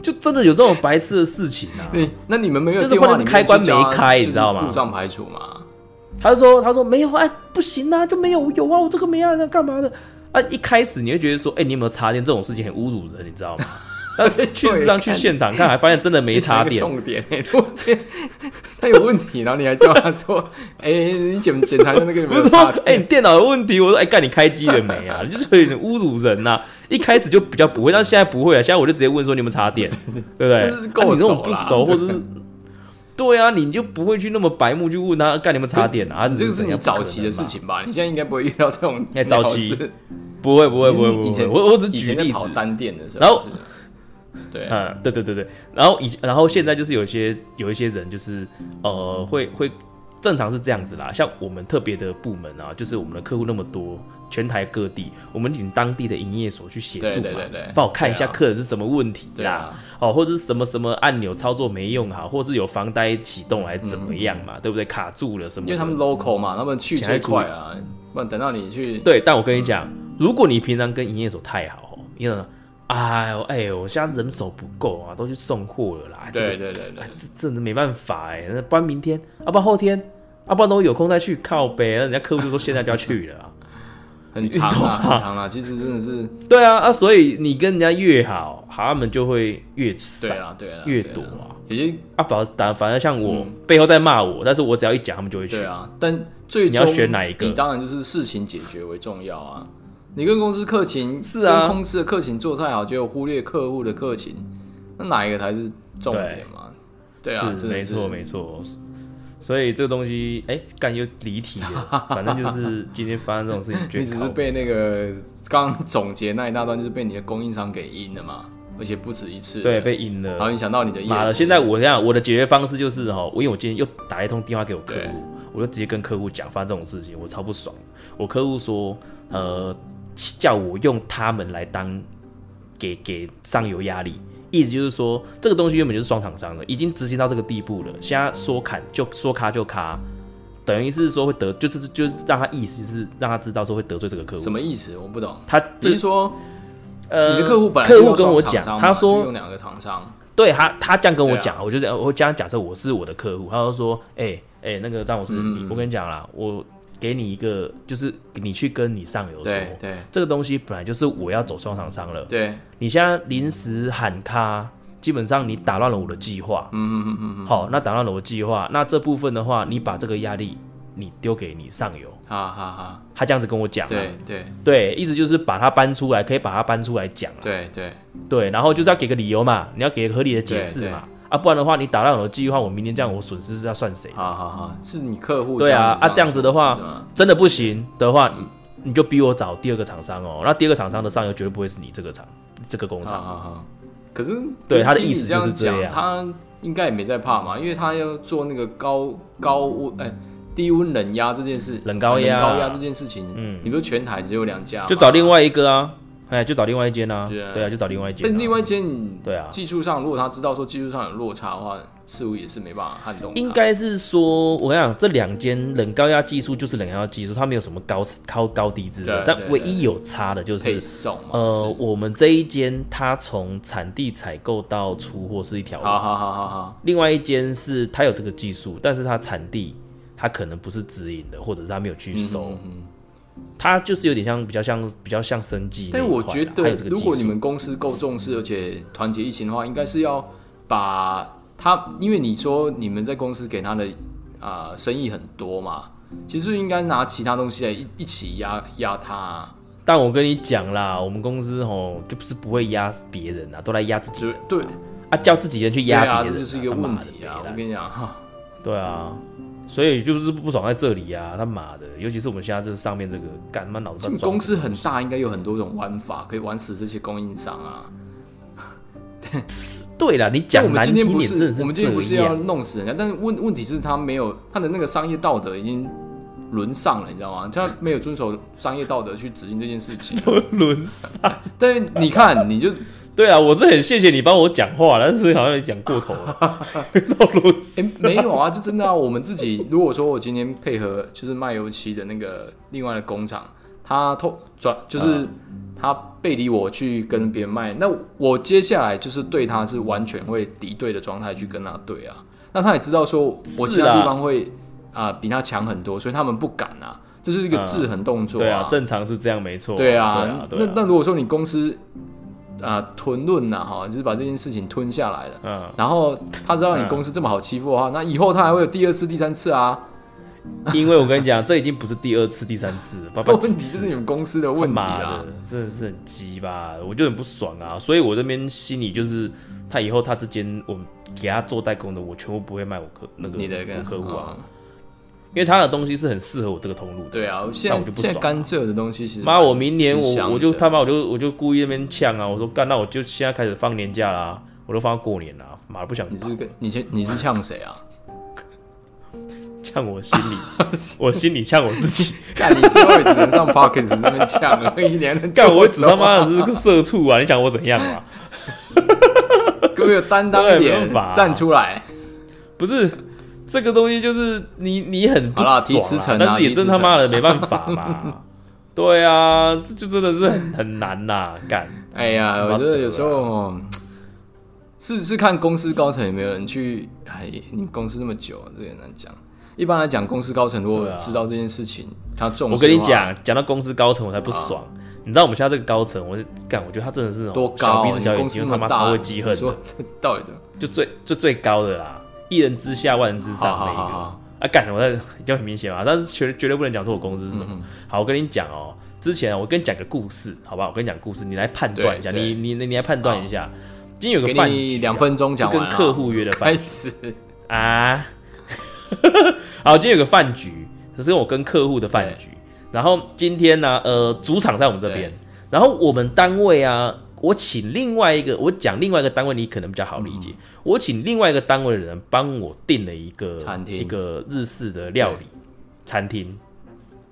[SPEAKER 1] 就真的有这种白痴的事情啊！
[SPEAKER 2] 对，那你们没有
[SPEAKER 1] 就是
[SPEAKER 2] 电
[SPEAKER 1] 或
[SPEAKER 2] 话
[SPEAKER 1] 者是
[SPEAKER 2] 里面
[SPEAKER 1] 开关
[SPEAKER 2] 去叫
[SPEAKER 1] 没
[SPEAKER 2] 他
[SPEAKER 1] 开
[SPEAKER 2] 就是
[SPEAKER 1] 你知道吗
[SPEAKER 2] 故障排除嘛，
[SPEAKER 1] 他就说，他说没有啊，不行啊，就没有有啊，我这个没啊，那干嘛的啊？一开始你会觉得说，哎、你有没有插电？这种事情很侮辱人，你知道 吗？但是去实上去现场看，还发现真的没插
[SPEAKER 2] 这
[SPEAKER 1] 电
[SPEAKER 2] 个，重点、 欸，如果这他有问题，然后你还叫他说， 哎、你检检查一下那个有没
[SPEAKER 1] 我
[SPEAKER 2] 有
[SPEAKER 1] 说
[SPEAKER 2] 插：“
[SPEAKER 1] 哎、
[SPEAKER 2] 电？
[SPEAKER 1] 你电脑有问题。”我说：“哎、干你开机了没啊？你就是有点侮辱 人呐、一开始就比较不会，但现在不会了。现在我就直接问说：“你有没有插 电？”对不对？
[SPEAKER 2] 就是够
[SPEAKER 1] 啊你那种
[SPEAKER 2] 熟
[SPEAKER 1] 不
[SPEAKER 2] 啦
[SPEAKER 1] 熟，或者是对啊，你就不会去那么白目去问他干你有没有插电啊？
[SPEAKER 2] 你这个是
[SPEAKER 1] 怎
[SPEAKER 2] 你
[SPEAKER 1] 样
[SPEAKER 2] 早期的事，情吧？你现在应该不会遇到这种
[SPEAKER 1] 哎早期
[SPEAKER 2] 鸟事
[SPEAKER 1] 不可能吧不会不会不
[SPEAKER 2] 以
[SPEAKER 1] 会不会，
[SPEAKER 2] 前
[SPEAKER 1] 我我只
[SPEAKER 2] 以
[SPEAKER 1] 举
[SPEAKER 2] 前在
[SPEAKER 1] 例
[SPEAKER 2] 跑
[SPEAKER 1] 子。
[SPEAKER 2] 单店的时候，
[SPEAKER 1] 然后
[SPEAKER 2] 是对，
[SPEAKER 1] 嗯，对对对对，然后以然后现在就是有一些有一些人就是呃会会正常是这样子啦，像我们特别的部门啊，就是我们的客户那么多，全台各地，我们请当地的营业所去协助嘛，
[SPEAKER 2] 对对对对
[SPEAKER 1] 帮我看一下
[SPEAKER 2] 对啊
[SPEAKER 1] 客人是什么问题
[SPEAKER 2] 对
[SPEAKER 1] 啦，
[SPEAKER 2] 啊
[SPEAKER 1] 哦或者是什么什么按钮操作没用好，或者是有房贷启动来怎么样嘛，对不对？卡住了什么
[SPEAKER 2] 嗯因
[SPEAKER 1] 的？
[SPEAKER 2] 为他们 local 嘛，他们去
[SPEAKER 1] 请他
[SPEAKER 2] 最
[SPEAKER 1] 处理
[SPEAKER 2] 快啊，不然等到你去，
[SPEAKER 1] 对，但我跟你讲，如果你平常跟营业所太好，哦，营业所哎呦哎呦，我现在人手不够啊，都去送货了啦，这个
[SPEAKER 2] 对对对对
[SPEAKER 1] 哎，这真的没办法哎，那不然明天，要、不然后天，要、不然等我有空再去靠北，那人家客户就说现在就要去了 啊。
[SPEAKER 2] 很长
[SPEAKER 1] 你懂
[SPEAKER 2] 啊，
[SPEAKER 1] 吗
[SPEAKER 2] 很长啊，其实真的是，
[SPEAKER 1] 对啊啊，所以你跟人家越好，他们就会越
[SPEAKER 2] 对啊
[SPEAKER 1] 散
[SPEAKER 2] 啦对啦，
[SPEAKER 1] 越
[SPEAKER 2] 对啦
[SPEAKER 1] 躲啊。
[SPEAKER 2] 有些
[SPEAKER 1] 啊，反反反正像我、背后在骂我，但是我只要一讲，他们就会去
[SPEAKER 2] 嗯对。啊，但最终
[SPEAKER 1] 你要选哪一个
[SPEAKER 2] 你当然就是事情解决为重要啊。你跟公司客情
[SPEAKER 1] 是啊
[SPEAKER 2] 跟公司的客情做太好，结果忽略客户的客情，那哪一个才是重点嘛？对啊，
[SPEAKER 1] 是
[SPEAKER 2] 真
[SPEAKER 1] 没
[SPEAKER 2] 的是
[SPEAKER 1] 错没错。所以这个东西，哎、干又离题了。反正就是今天发生这种 事情，觉
[SPEAKER 2] 你
[SPEAKER 1] 得
[SPEAKER 2] 只
[SPEAKER 1] 靠
[SPEAKER 2] 是被那个刚刚总结那一大段，就是被你的供应商给阴了嘛，而且不止一次。
[SPEAKER 1] 对，被赢了
[SPEAKER 2] 然。后影响到你的业
[SPEAKER 1] 妈的！
[SPEAKER 2] 绩。
[SPEAKER 1] 现在我这样，我的解决方式就是哦，我因为我今天又打了一通电话给我客
[SPEAKER 2] 对
[SPEAKER 1] 户，我就直接跟客户讲发生这种事情，我超不爽。我客户说，呃，叫我用他们来当给给上游压力，意思就是说这个东西原本就是双厂商的，已经执行到这个地步了，现在说砍就说咔就咔，等于是说会得就是就是让他意思就是让他知道说会得罪这个客户
[SPEAKER 2] 什。么意思？我不懂。
[SPEAKER 1] 他
[SPEAKER 2] 只
[SPEAKER 1] 这
[SPEAKER 2] 是说
[SPEAKER 1] 呃，
[SPEAKER 2] 你的客户本来
[SPEAKER 1] 客
[SPEAKER 2] 就
[SPEAKER 1] 户
[SPEAKER 2] 要
[SPEAKER 1] 跟
[SPEAKER 2] 双
[SPEAKER 1] 我
[SPEAKER 2] 厂
[SPEAKER 1] 讲
[SPEAKER 2] 商，嘛
[SPEAKER 1] 他说
[SPEAKER 2] 就用两个厂商，
[SPEAKER 1] 对他，他这样跟我讲，
[SPEAKER 2] 对
[SPEAKER 1] 我就这样，我这样假设我是我的客户，他就说，哎、哎、那个张老师，你我跟你讲啦，我给你一个，就是你去跟你上游说
[SPEAKER 2] 对，对
[SPEAKER 1] 这个东西本来就是我要走双厂商了，
[SPEAKER 2] 对，
[SPEAKER 1] 你现在临时喊卡，基本上你打乱了我的计划，
[SPEAKER 2] 嗯嗯嗯嗯
[SPEAKER 1] 好、那打乱了我的计划，那这部分的话，你把这个压力你丢给你上游，
[SPEAKER 2] 嗯，好好好，
[SPEAKER 1] 他这样子跟我讲、啊，
[SPEAKER 2] 对对。
[SPEAKER 1] 对，意思就是把它搬出来，可以把它搬出来讲、啊，
[SPEAKER 2] 对对
[SPEAKER 1] 对，然后就是要给个理由嘛，你要给合理的解释嘛，啊，不然的话你打乱我的计划，我明天这样我损失是要算谁？
[SPEAKER 2] 好好好，是你客户
[SPEAKER 1] 对啊，
[SPEAKER 2] 这
[SPEAKER 1] 啊
[SPEAKER 2] 样嗯
[SPEAKER 1] 这样子的
[SPEAKER 2] 是吗
[SPEAKER 1] 话，真的不行的话，你你就逼我找第二个厂商哦。那第二个厂商的上游绝对不会是你这个厂这个工
[SPEAKER 2] 好
[SPEAKER 1] 厂，
[SPEAKER 2] 好好。可是
[SPEAKER 1] 对他的
[SPEAKER 2] 听
[SPEAKER 1] 意
[SPEAKER 2] 你
[SPEAKER 1] 思
[SPEAKER 2] 这
[SPEAKER 1] 就是这
[SPEAKER 2] 讲，
[SPEAKER 1] 样
[SPEAKER 2] 他应该也没在怕嘛，因为他要做那个高高温哎、低温冷压这件事，
[SPEAKER 1] 冷高压
[SPEAKER 2] 冷高压这件事情，
[SPEAKER 1] 嗯
[SPEAKER 2] 你不是全台只有两家吗，
[SPEAKER 1] 就找另外一个啊，哎，就找另外一间啊，
[SPEAKER 2] 对啊
[SPEAKER 1] 对啊，就找另外一间、
[SPEAKER 2] 但另
[SPEAKER 1] 啊。
[SPEAKER 2] 外一间你
[SPEAKER 1] 对啊，
[SPEAKER 2] 技术上，如果他知道说技术上有落差的话，似乎也是没办法撼动他。
[SPEAKER 1] 应该是说，我跟你讲，这两间冷高压技术就是冷高压技术，它没有什么高高高低之分
[SPEAKER 2] 对，
[SPEAKER 1] 但
[SPEAKER 2] 对
[SPEAKER 1] 唯
[SPEAKER 2] 对
[SPEAKER 1] 一有差的就是
[SPEAKER 2] 配送嘛，
[SPEAKER 1] 呃，
[SPEAKER 2] 是，
[SPEAKER 1] 我们这一间它从产地采购到出货是一条
[SPEAKER 2] 好
[SPEAKER 1] 路，
[SPEAKER 2] 好好好好，
[SPEAKER 1] 另外一间是它有这个技术，但是它产地它可能不是直营的，或者是它没有去收，
[SPEAKER 2] 嗯嗯嗯
[SPEAKER 1] 它就是有点像比较像比较像生计那
[SPEAKER 2] 但
[SPEAKER 1] 一
[SPEAKER 2] 我
[SPEAKER 1] 块
[SPEAKER 2] 觉
[SPEAKER 1] 啦，还
[SPEAKER 2] 得
[SPEAKER 1] 有这，个
[SPEAKER 2] 如
[SPEAKER 1] 技
[SPEAKER 2] 果
[SPEAKER 1] 术
[SPEAKER 2] 你们公司够重视，而且团结一心的话，应该是要把他，因为你说你们在公司给他的啊、呃生意很多嘛，其实应该拿其他东西来一一起压压他啊、
[SPEAKER 1] 但我跟你讲啦，我们公司吼就不是不会压别人啊，都来压自己
[SPEAKER 2] 就
[SPEAKER 1] 人
[SPEAKER 2] 对
[SPEAKER 1] 啊，叫自己人去
[SPEAKER 2] 对
[SPEAKER 1] 压
[SPEAKER 2] 啊，
[SPEAKER 1] 别
[SPEAKER 2] 这
[SPEAKER 1] 人、
[SPEAKER 2] 就是一个
[SPEAKER 1] 他妈
[SPEAKER 2] 问
[SPEAKER 1] 的
[SPEAKER 2] 题啊！
[SPEAKER 1] 北
[SPEAKER 2] 我
[SPEAKER 1] 兰
[SPEAKER 2] 跟你讲， 哈，
[SPEAKER 1] 对啊，所以就是不爽在这里啊，他妈的，尤其是我们现在这上面这个，干他妈脑子
[SPEAKER 2] 这
[SPEAKER 1] 在
[SPEAKER 2] 个
[SPEAKER 1] 撞
[SPEAKER 2] 公司很大，应该有很多种玩法可以玩死这些供应商啊。
[SPEAKER 1] 对啦，你讲
[SPEAKER 2] 但我们
[SPEAKER 1] 难
[SPEAKER 2] 今天
[SPEAKER 1] 听
[SPEAKER 2] 不
[SPEAKER 1] 点，真的
[SPEAKER 2] 是，我们今天不是
[SPEAKER 1] 这样
[SPEAKER 2] 要弄死人家，但是问问题是他没有他的那个商业道德已经沦丧了，你知道吗？他没有遵守商业道德去执行这件事情。
[SPEAKER 1] 沦丧。
[SPEAKER 2] 但是你看，你就
[SPEAKER 1] 对啊，我是很谢谢你帮我讲话啦，但是好像也讲过头了， 到沦丧。
[SPEAKER 2] 哎、没有啊，就真的啊，我们自己如果说我今天配合就是卖油漆的那个另外的工厂，他偷转就是
[SPEAKER 1] 嗯
[SPEAKER 2] 他背离我去跟别人卖，那我接下来就是对他是完全会敌对的状态去跟他对啊，那他也知道说我其
[SPEAKER 1] 是啊
[SPEAKER 2] 他地方会啊、比他强很多，所以他们不敢啊，这是一个制衡动作
[SPEAKER 1] 嗯对啊，正常是这样没错。
[SPEAKER 2] 对
[SPEAKER 1] 啊，对
[SPEAKER 2] 啊，
[SPEAKER 1] 对
[SPEAKER 2] 那
[SPEAKER 1] 啊，
[SPEAKER 2] 那如果说你公司啊、吞论呐、哈，就是把这件事情吞下来了。
[SPEAKER 1] 嗯，
[SPEAKER 2] 然后他知道你公司这么好欺负的话，那以后他还会有第二次、第三次啊。
[SPEAKER 1] 因为我跟你讲，这已经不是第二次、第三次了，爸 爸
[SPEAKER 2] 问题就是你们公司的问题
[SPEAKER 1] 妈
[SPEAKER 2] 啊
[SPEAKER 1] 啊的。，真的是很鸡巴，我就很不爽啊，所以我这边心里就是，他以后他这间我给他做代工的，我全部不会卖我客那个
[SPEAKER 2] 你的
[SPEAKER 1] 我客户啊，
[SPEAKER 2] 嗯
[SPEAKER 1] 因为他的东西是很适合我这个通路的。
[SPEAKER 2] 对啊，现在
[SPEAKER 1] 那我就不爽
[SPEAKER 2] 现在甘蔗的东西其实
[SPEAKER 1] 妈，我明年
[SPEAKER 2] 蛮吃香
[SPEAKER 1] 我
[SPEAKER 2] 的
[SPEAKER 1] 我就他妈我就我就故意那边呛啊，我说干，那我就现在开始放年假啦，我都放到过年啦，妈不想
[SPEAKER 2] 你是个你先你是呛谁啊？
[SPEAKER 1] 呛我心里，我心里呛我自 己，
[SPEAKER 2] 干你最后也只能上 Pockets 这边呛了，一年能
[SPEAKER 1] 干我死
[SPEAKER 2] 死
[SPEAKER 1] 他妈的是个社畜啊，你想我怎样啊？
[SPEAKER 2] 各位有担当一
[SPEAKER 1] 对没
[SPEAKER 2] 点
[SPEAKER 1] 办法啊，
[SPEAKER 2] 站出来。
[SPEAKER 1] 不是这个东西，就是你你很不爽、
[SPEAKER 2] 好啦提辞呈啊
[SPEAKER 1] 但是也真他妈的
[SPEAKER 2] 提
[SPEAKER 1] 没办法 嘛。对啊，这就真的是很很难呐、干
[SPEAKER 2] 哎呀，
[SPEAKER 1] 嗯
[SPEAKER 2] 我觉得有时
[SPEAKER 1] 巴
[SPEAKER 2] 候哦是是看公司高层有没有人去。哎，你公司那么久，这也难讲。一般来讲，公司高层如果
[SPEAKER 1] 对啊
[SPEAKER 2] 知道这件事情，他重视
[SPEAKER 1] 我跟你
[SPEAKER 2] 的话，啊
[SPEAKER 1] 讲，讲到公司高层我才不爽。你知道我们现在这个高层，我就干，我觉得他真的是那种
[SPEAKER 2] 多
[SPEAKER 1] 小
[SPEAKER 2] 高，
[SPEAKER 1] 鼻子小
[SPEAKER 2] 你
[SPEAKER 1] 眼
[SPEAKER 2] 公司
[SPEAKER 1] 睛，
[SPEAKER 2] 那
[SPEAKER 1] 他
[SPEAKER 2] 么
[SPEAKER 1] 妈
[SPEAKER 2] 大，
[SPEAKER 1] 超会记恨
[SPEAKER 2] 你
[SPEAKER 1] 的，
[SPEAKER 2] 说 到底的，
[SPEAKER 1] 就最就最高的啦，一人之下万人之上
[SPEAKER 2] 好
[SPEAKER 1] 那
[SPEAKER 2] 好
[SPEAKER 1] 一
[SPEAKER 2] 好
[SPEAKER 1] 个。
[SPEAKER 2] 好，
[SPEAKER 1] 啊，干！我在就很明显嘛，但是绝绝对不能讲说我公司是什么。
[SPEAKER 2] 嗯
[SPEAKER 1] 好，我跟你讲哦、之前啊我跟你讲个故事，好吧？我跟你讲故事，你来判断一下，
[SPEAKER 2] 对
[SPEAKER 1] 你
[SPEAKER 2] 对
[SPEAKER 1] 你你来判断一下。今天有
[SPEAKER 2] 给
[SPEAKER 1] 个饭
[SPEAKER 2] 你
[SPEAKER 1] 局啊、
[SPEAKER 2] 两分钟
[SPEAKER 1] 是
[SPEAKER 2] 讲完
[SPEAKER 1] 跟
[SPEAKER 2] 啊
[SPEAKER 1] 客户约的饭
[SPEAKER 2] 开
[SPEAKER 1] 局
[SPEAKER 2] 始，
[SPEAKER 1] 啊。 好，今天有个饭局，可是我跟客户的饭局。然后今天呢、呃，主场在我们这边
[SPEAKER 2] 对，
[SPEAKER 1] 然后我们单位啊，我请另外一个，我讲另外一个单位，你可能比较好理解。
[SPEAKER 2] 嗯
[SPEAKER 1] 我请另外一个单位的人帮我订了一个
[SPEAKER 2] 餐厅
[SPEAKER 1] 一个日式的料理餐厅。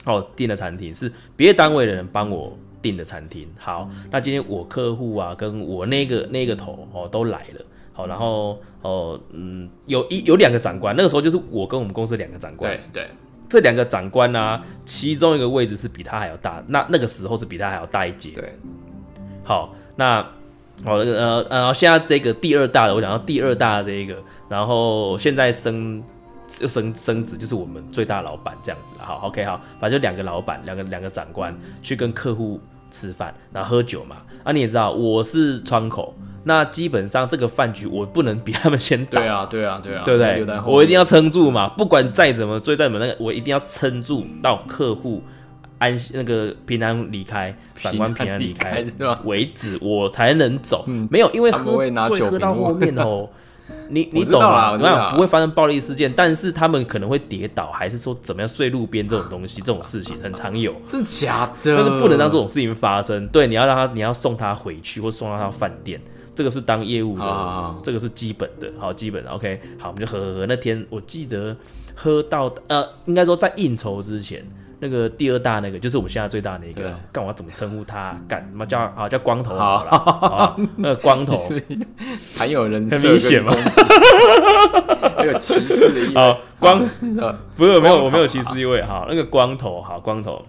[SPEAKER 1] 哦，订的餐厅是别的单位的人帮我订的餐厅。好，那今天我客户啊，跟我那个那个头哦都来了。好，然后哦，嗯，有一有两个长官，那个时候就是我跟我们公司两个长官，
[SPEAKER 2] 对对，
[SPEAKER 1] 这两个长官呢、啊，其中一个位置是比他还要大，那那个时候是比他还要大一截。
[SPEAKER 2] 对，
[SPEAKER 1] 好，那好那个呃呃，然后现在这个第二大的，我讲到第二大的这一个，然后现在升就升升职，就是我们最大老板这样子啦。好，OK，好，反正就两个老板，两个两个长官去跟客户吃饭，然后喝酒嘛。啊，你也知道我是窗口，那基本上这个饭局我不能比他们先打
[SPEAKER 2] 对啊，对啊，对啊，
[SPEAKER 1] 对不
[SPEAKER 2] 留在
[SPEAKER 1] 对？
[SPEAKER 2] 后面
[SPEAKER 1] 我一定要撑住嘛，不管再怎么追，再怎么那个，我一定要撑住到客户安心那个平安离开，反观平安离 开
[SPEAKER 2] 是吧？
[SPEAKER 1] 为止，我才能走。
[SPEAKER 2] 嗯
[SPEAKER 1] 没有，因为
[SPEAKER 2] 他们
[SPEAKER 1] 喝
[SPEAKER 2] 会拿
[SPEAKER 1] 醉
[SPEAKER 2] 酒
[SPEAKER 1] 喝到
[SPEAKER 2] 瓶我
[SPEAKER 1] 后面哦。 你你
[SPEAKER 2] 我知
[SPEAKER 1] 懂
[SPEAKER 2] 道
[SPEAKER 1] 吗？
[SPEAKER 2] 啦我知
[SPEAKER 1] 那
[SPEAKER 2] 道啦
[SPEAKER 1] 不会发生暴力事件，但是他们可能会跌倒，还是说怎么样睡路边这种东西，这种事情很常有。
[SPEAKER 2] 真的假的？
[SPEAKER 1] 但是不能让这种事情发生。对，你要让他，你要送他回去，或送到他饭店，这个是当业务的，
[SPEAKER 2] 好好好
[SPEAKER 1] 这个是基本的，好基本的 OK，好，我们就喝喝喝。那天我记得喝到呃，应该说在应酬之前，那个第二大那个就是我们现在最大那
[SPEAKER 2] 对
[SPEAKER 1] 个
[SPEAKER 2] 啊，
[SPEAKER 1] 干我要怎么称呼他啊？干嘛叫啊叫光头好了，好不好那个光头
[SPEAKER 2] 你是不是还有人设
[SPEAKER 1] 很明显
[SPEAKER 2] 跟
[SPEAKER 1] 嘛
[SPEAKER 2] 攻击，还有歧视的意味。
[SPEAKER 1] 好 光呃
[SPEAKER 2] 你知道
[SPEAKER 1] 不是，没
[SPEAKER 2] 光
[SPEAKER 1] 有，
[SPEAKER 2] 头
[SPEAKER 1] 我没有歧视意味。好，那个光头，好光头，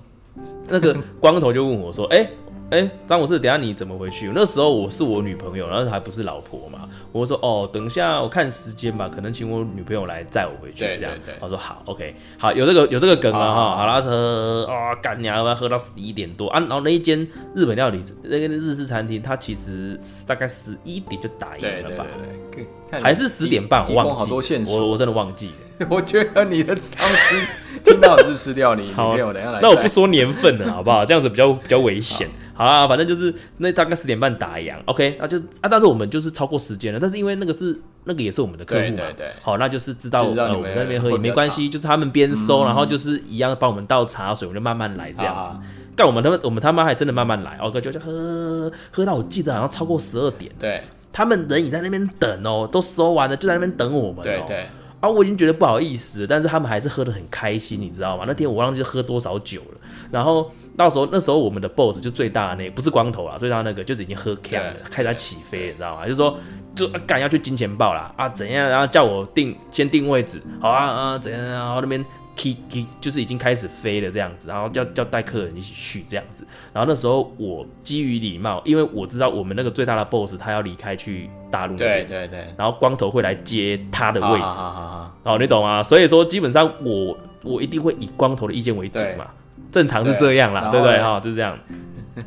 [SPEAKER 1] 那 个光头就问我说：“哎、哎，张博士，等一下你怎么回去？”那时候我是我女朋友，然后还不是老婆嘛。我说：“哦，等一下我看时间吧，可能请我女朋友来载我回去
[SPEAKER 2] 对
[SPEAKER 1] 这样。
[SPEAKER 2] 对对
[SPEAKER 1] 我说：“好，OK，好，有这个有这个梗了
[SPEAKER 2] 好好
[SPEAKER 1] 哈。”好了，喝啊，干娘，要不要喝到十一点多啊？然后那一间日本料理那个日式餐厅，它其实大概十一点就打烊
[SPEAKER 2] 对
[SPEAKER 1] 了
[SPEAKER 2] 对对
[SPEAKER 1] 吧。
[SPEAKER 2] 对，看
[SPEAKER 1] 还是十点半，
[SPEAKER 2] 提
[SPEAKER 1] 我
[SPEAKER 2] 提供
[SPEAKER 1] 忘
[SPEAKER 2] 好多
[SPEAKER 1] 记
[SPEAKER 2] 线
[SPEAKER 1] 了，
[SPEAKER 2] 索
[SPEAKER 1] 我我真的忘记了。
[SPEAKER 2] 我觉得你的上司听到你是吃掉你 女
[SPEAKER 1] 好
[SPEAKER 2] 朋友，等一下来载。
[SPEAKER 1] 那我不说年份 了，好不好？这样子比较比较危险。好啦，反正就是那大概十点半打烊，OK，那就啊，但是我们就是超过时间了，但是因为那个是那个也是我们的客户嘛，
[SPEAKER 2] 对对对
[SPEAKER 1] 好，那就是知道
[SPEAKER 2] 就知道
[SPEAKER 1] 呃
[SPEAKER 2] 你
[SPEAKER 1] 我
[SPEAKER 2] 们
[SPEAKER 1] 们在那边喝
[SPEAKER 2] 会
[SPEAKER 1] 也
[SPEAKER 2] 比较嗯
[SPEAKER 1] 没关系，就是他们边收，然后就是一样帮我们倒茶水，我们就慢慢来这
[SPEAKER 2] 啊
[SPEAKER 1] 样子。但我们他们我们他妈还真的慢慢来，OK，就就喝喝到我记得好像超过十二点，
[SPEAKER 2] 对
[SPEAKER 1] 他们人也在那边等哦，都收完了就在那边等我们、哦，
[SPEAKER 2] 对对，
[SPEAKER 1] 啊，我已经觉得不好意思了，但是他们还是喝得很开心，你知道吗？那天我忘记喝多少酒了，然后到时候那时候我们的 boss 就最大的那不是光头啦，最大的那个就是已经喝 c 了
[SPEAKER 2] 对，
[SPEAKER 1] 开始在起飞，你知道吗？就说就啊干、要去金钱豹啦啊怎样，然后叫我定先定位置，好啊啊怎样，然后那边 k k 就是已经开始飞了这样子，然后叫叫带客人一起去这样子，然后那时候我基于礼貌，因为我知道我们那个最大的 boss 他要离开去大陆那
[SPEAKER 2] 对
[SPEAKER 1] 边，
[SPEAKER 2] 对啊对，
[SPEAKER 1] 然后光头会来接他的
[SPEAKER 2] 好
[SPEAKER 1] 位置
[SPEAKER 2] 好。好好好
[SPEAKER 1] 哦，你懂吗？所以说，基本上我我一定会以光头的意见为主嘛，正常是这样啦，对
[SPEAKER 2] 对
[SPEAKER 1] 不对？
[SPEAKER 2] 然
[SPEAKER 1] 哈、就是这样。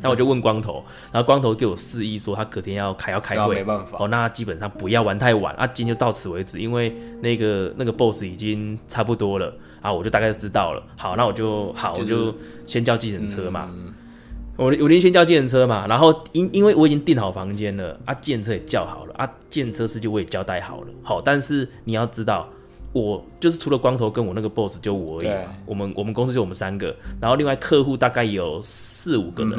[SPEAKER 1] 那我就问光头，然后光头给我示意说他隔天要开要开
[SPEAKER 2] 那
[SPEAKER 1] 会，
[SPEAKER 2] 没办法
[SPEAKER 1] 哦，那基本上不要玩太晚，啊，今天就到此为止，因为那个那个 boss 已经差不多了啊，我就大概知道了。好，那我就好，
[SPEAKER 2] 就是嗯
[SPEAKER 1] 我就先叫计程车嘛。我我先先叫计程车嘛，然后因因为我已经订好房间了啊，计程车也叫好了啊，计程车司机我也交代好了，好，但是你要知道，我就是除了光头跟我那个 boss 就我而已
[SPEAKER 2] 对
[SPEAKER 1] 嘛，我们我们公司就我们三个，然后另外客户大概有四五个人，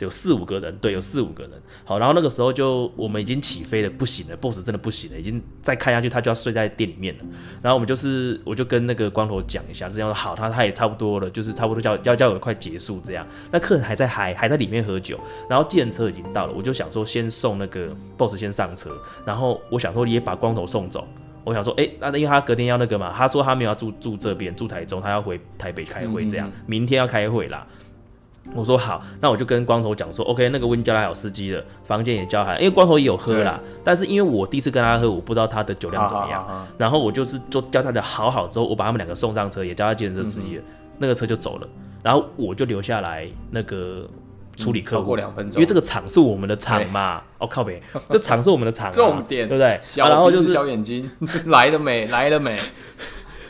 [SPEAKER 1] 有四五个人，对，有四五个人。好，然后那个时候就我们已经起飞了，不行了，boss 真的不行了，已经再开下去他就要睡在店里面了。然后我们就是，我就跟那个光头讲一下，这样说好，他他也差不多了，就是差不多叫要叫我快结束这样。那客人还在嗨，还在里面喝酒，然后计程车已经到了，我就想说先送那个 boss 先上车，然后我想说也把光头送走。我想说，哎、那因为他隔天要那个嘛，他说他没有要住住这边，住台中，他要回台北开会，这样、明天要开会啦。我说好，那我就跟光头讲说，OK，那个我已经交代好司机了，房间也交代，因为光头也有喝啦，但是因为我第一次跟他喝，我不知道他的酒量怎么样，
[SPEAKER 2] 好好好
[SPEAKER 1] 然后我就是就交代的好好之后，我把他们两个送上车，也交代计程车
[SPEAKER 2] 嗯
[SPEAKER 1] 司机了，那个车就走了，然后我就留下来那个处理客
[SPEAKER 2] 超
[SPEAKER 1] 户
[SPEAKER 2] 嗯过，两分钟，
[SPEAKER 1] 因为这个厂是我们的厂嘛，哦靠北，这厂是我们的厂、 啊，
[SPEAKER 2] 重点
[SPEAKER 1] 对不对？
[SPEAKER 2] 小
[SPEAKER 1] 啊然后
[SPEAKER 2] 鼻
[SPEAKER 1] 就
[SPEAKER 2] 子
[SPEAKER 1] 是
[SPEAKER 2] 小眼睛 来了没？来了没？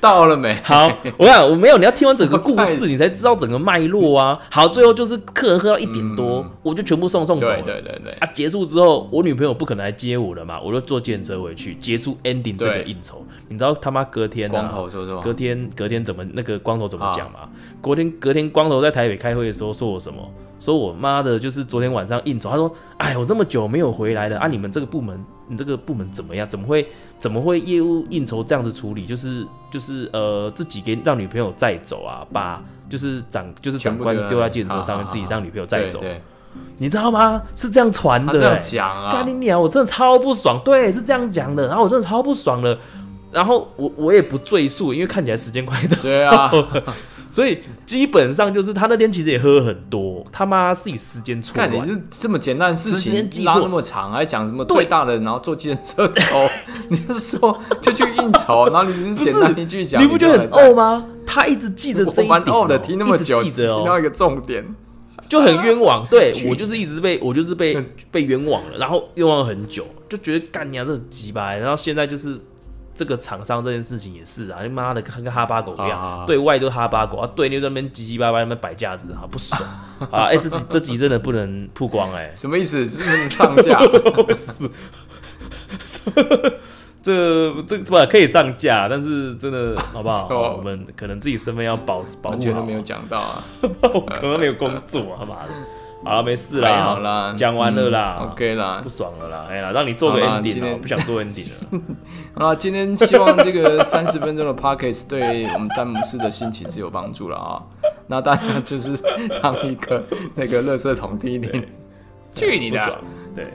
[SPEAKER 2] 到了 没？
[SPEAKER 1] 好，我想我没有，你要听完整个故
[SPEAKER 2] 太
[SPEAKER 1] 事，你才知道整个脉络啊。好，最后就是客人喝到一点多，我就全部送送走
[SPEAKER 2] 嗯对
[SPEAKER 1] 了。
[SPEAKER 2] 对对对，
[SPEAKER 1] 啊，结束之后，我女朋友不可能来接我了嘛，我就坐电车回去，结束 ending 这个
[SPEAKER 2] 对
[SPEAKER 1] 应酬。你知道他妈隔天、啊、
[SPEAKER 2] 光头说什么？
[SPEAKER 1] 隔天隔天怎么那个光头怎么讲嘛？
[SPEAKER 2] 啊
[SPEAKER 1] 隔天隔天光头在台北开会的时候说我什么？说我妈的，就是昨天晚上应酬，他说：“哎，我这么久没有回来了啊，你们这个部门，你这个部门怎么样？怎么会怎么会业务应酬这样子处理？就是就是呃，自己给让女朋友载走啊，把就是长就是长官
[SPEAKER 2] 全部丢
[SPEAKER 1] 丢
[SPEAKER 2] 在
[SPEAKER 1] 在计程车上
[SPEAKER 2] 啊啊
[SPEAKER 1] 面，
[SPEAKER 2] 啊
[SPEAKER 1] 自己让女朋友载
[SPEAKER 2] 对
[SPEAKER 1] 走，
[SPEAKER 2] 对
[SPEAKER 1] 你知道吗？是这样传
[SPEAKER 2] 他
[SPEAKER 1] 的、
[SPEAKER 2] 这
[SPEAKER 1] 欸
[SPEAKER 2] 样。讲
[SPEAKER 1] 干
[SPEAKER 2] 啊
[SPEAKER 1] 你，娘！我真的超不爽，对，是这样讲的。然后我真的超不爽了，然后我我也不赘述，因为看起来时间快到
[SPEAKER 2] 对啊，
[SPEAKER 1] 了， 所以基本上就是他那天其实也喝很多，他妈自己时间错
[SPEAKER 2] 看你
[SPEAKER 1] 乱。
[SPEAKER 2] 是这么简单的事
[SPEAKER 1] 直接
[SPEAKER 2] 情
[SPEAKER 1] 记
[SPEAKER 2] 拉
[SPEAKER 1] 错
[SPEAKER 2] 那么长，还讲什么
[SPEAKER 1] 对
[SPEAKER 2] 最大的，然后坐计程车走， 你是说就去应 酬，然后你只是
[SPEAKER 1] 不是
[SPEAKER 2] 简单一句讲，
[SPEAKER 1] 你不觉得很
[SPEAKER 2] 就来载
[SPEAKER 1] 怄吗？他一直记得这
[SPEAKER 2] 我
[SPEAKER 1] 一
[SPEAKER 2] 蛮
[SPEAKER 1] 点、
[SPEAKER 2] 怄
[SPEAKER 1] 哦，
[SPEAKER 2] 的，听那么久，
[SPEAKER 1] 一直记得
[SPEAKER 2] 听到
[SPEAKER 1] 哦，
[SPEAKER 2] 一个重点，
[SPEAKER 1] 就很冤枉。对
[SPEAKER 2] 去
[SPEAKER 1] 我就是一直被我就是被被冤枉了，然后冤枉了很久，就觉得干你娘这很鸡巴。然后现在就是这个厂商这件事情也是啊，你妈的跟跟哈巴狗一样，
[SPEAKER 2] 啊
[SPEAKER 1] 对外都哈巴狗啊，对内在那边唧唧巴巴那边摆架子，好不爽啊！哎、这集这集真的不能曝光哎、
[SPEAKER 2] 什么意思？是不是上架？
[SPEAKER 1] 这这不可以上架，但是真的好不
[SPEAKER 2] 是
[SPEAKER 1] 好？
[SPEAKER 2] 哦
[SPEAKER 1] 我们可能自己身份要保保
[SPEAKER 2] 我
[SPEAKER 1] 护
[SPEAKER 2] 觉得
[SPEAKER 1] 好
[SPEAKER 2] 没，有讲到啊，
[SPEAKER 1] 我可能没有工作，他妈的。好了，没事
[SPEAKER 2] 嗯还
[SPEAKER 1] 啦，
[SPEAKER 2] 好啦，
[SPEAKER 1] 啊讲完了啦、
[SPEAKER 2] 嗯，OK 啦
[SPEAKER 1] 不。爽了啦，哎呀，让你做个
[SPEAKER 2] 好啦今
[SPEAKER 1] ending 了，
[SPEAKER 2] 天
[SPEAKER 1] 我不想做 ending 了。
[SPEAKER 2] 好啦，今天希望这个 三十分钟的 Pockets 对我们詹姆斯的心情是有帮助了啊、那大家就是当一个那个垃圾桶听一听。
[SPEAKER 1] 去你
[SPEAKER 2] 不
[SPEAKER 1] 的啊
[SPEAKER 2] 爽！
[SPEAKER 1] 对，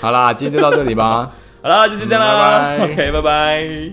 [SPEAKER 2] 好啦，今天就到这里吧。
[SPEAKER 1] 好啦，就先这样啦。
[SPEAKER 2] 嗯拜拜
[SPEAKER 1] OK，拜拜。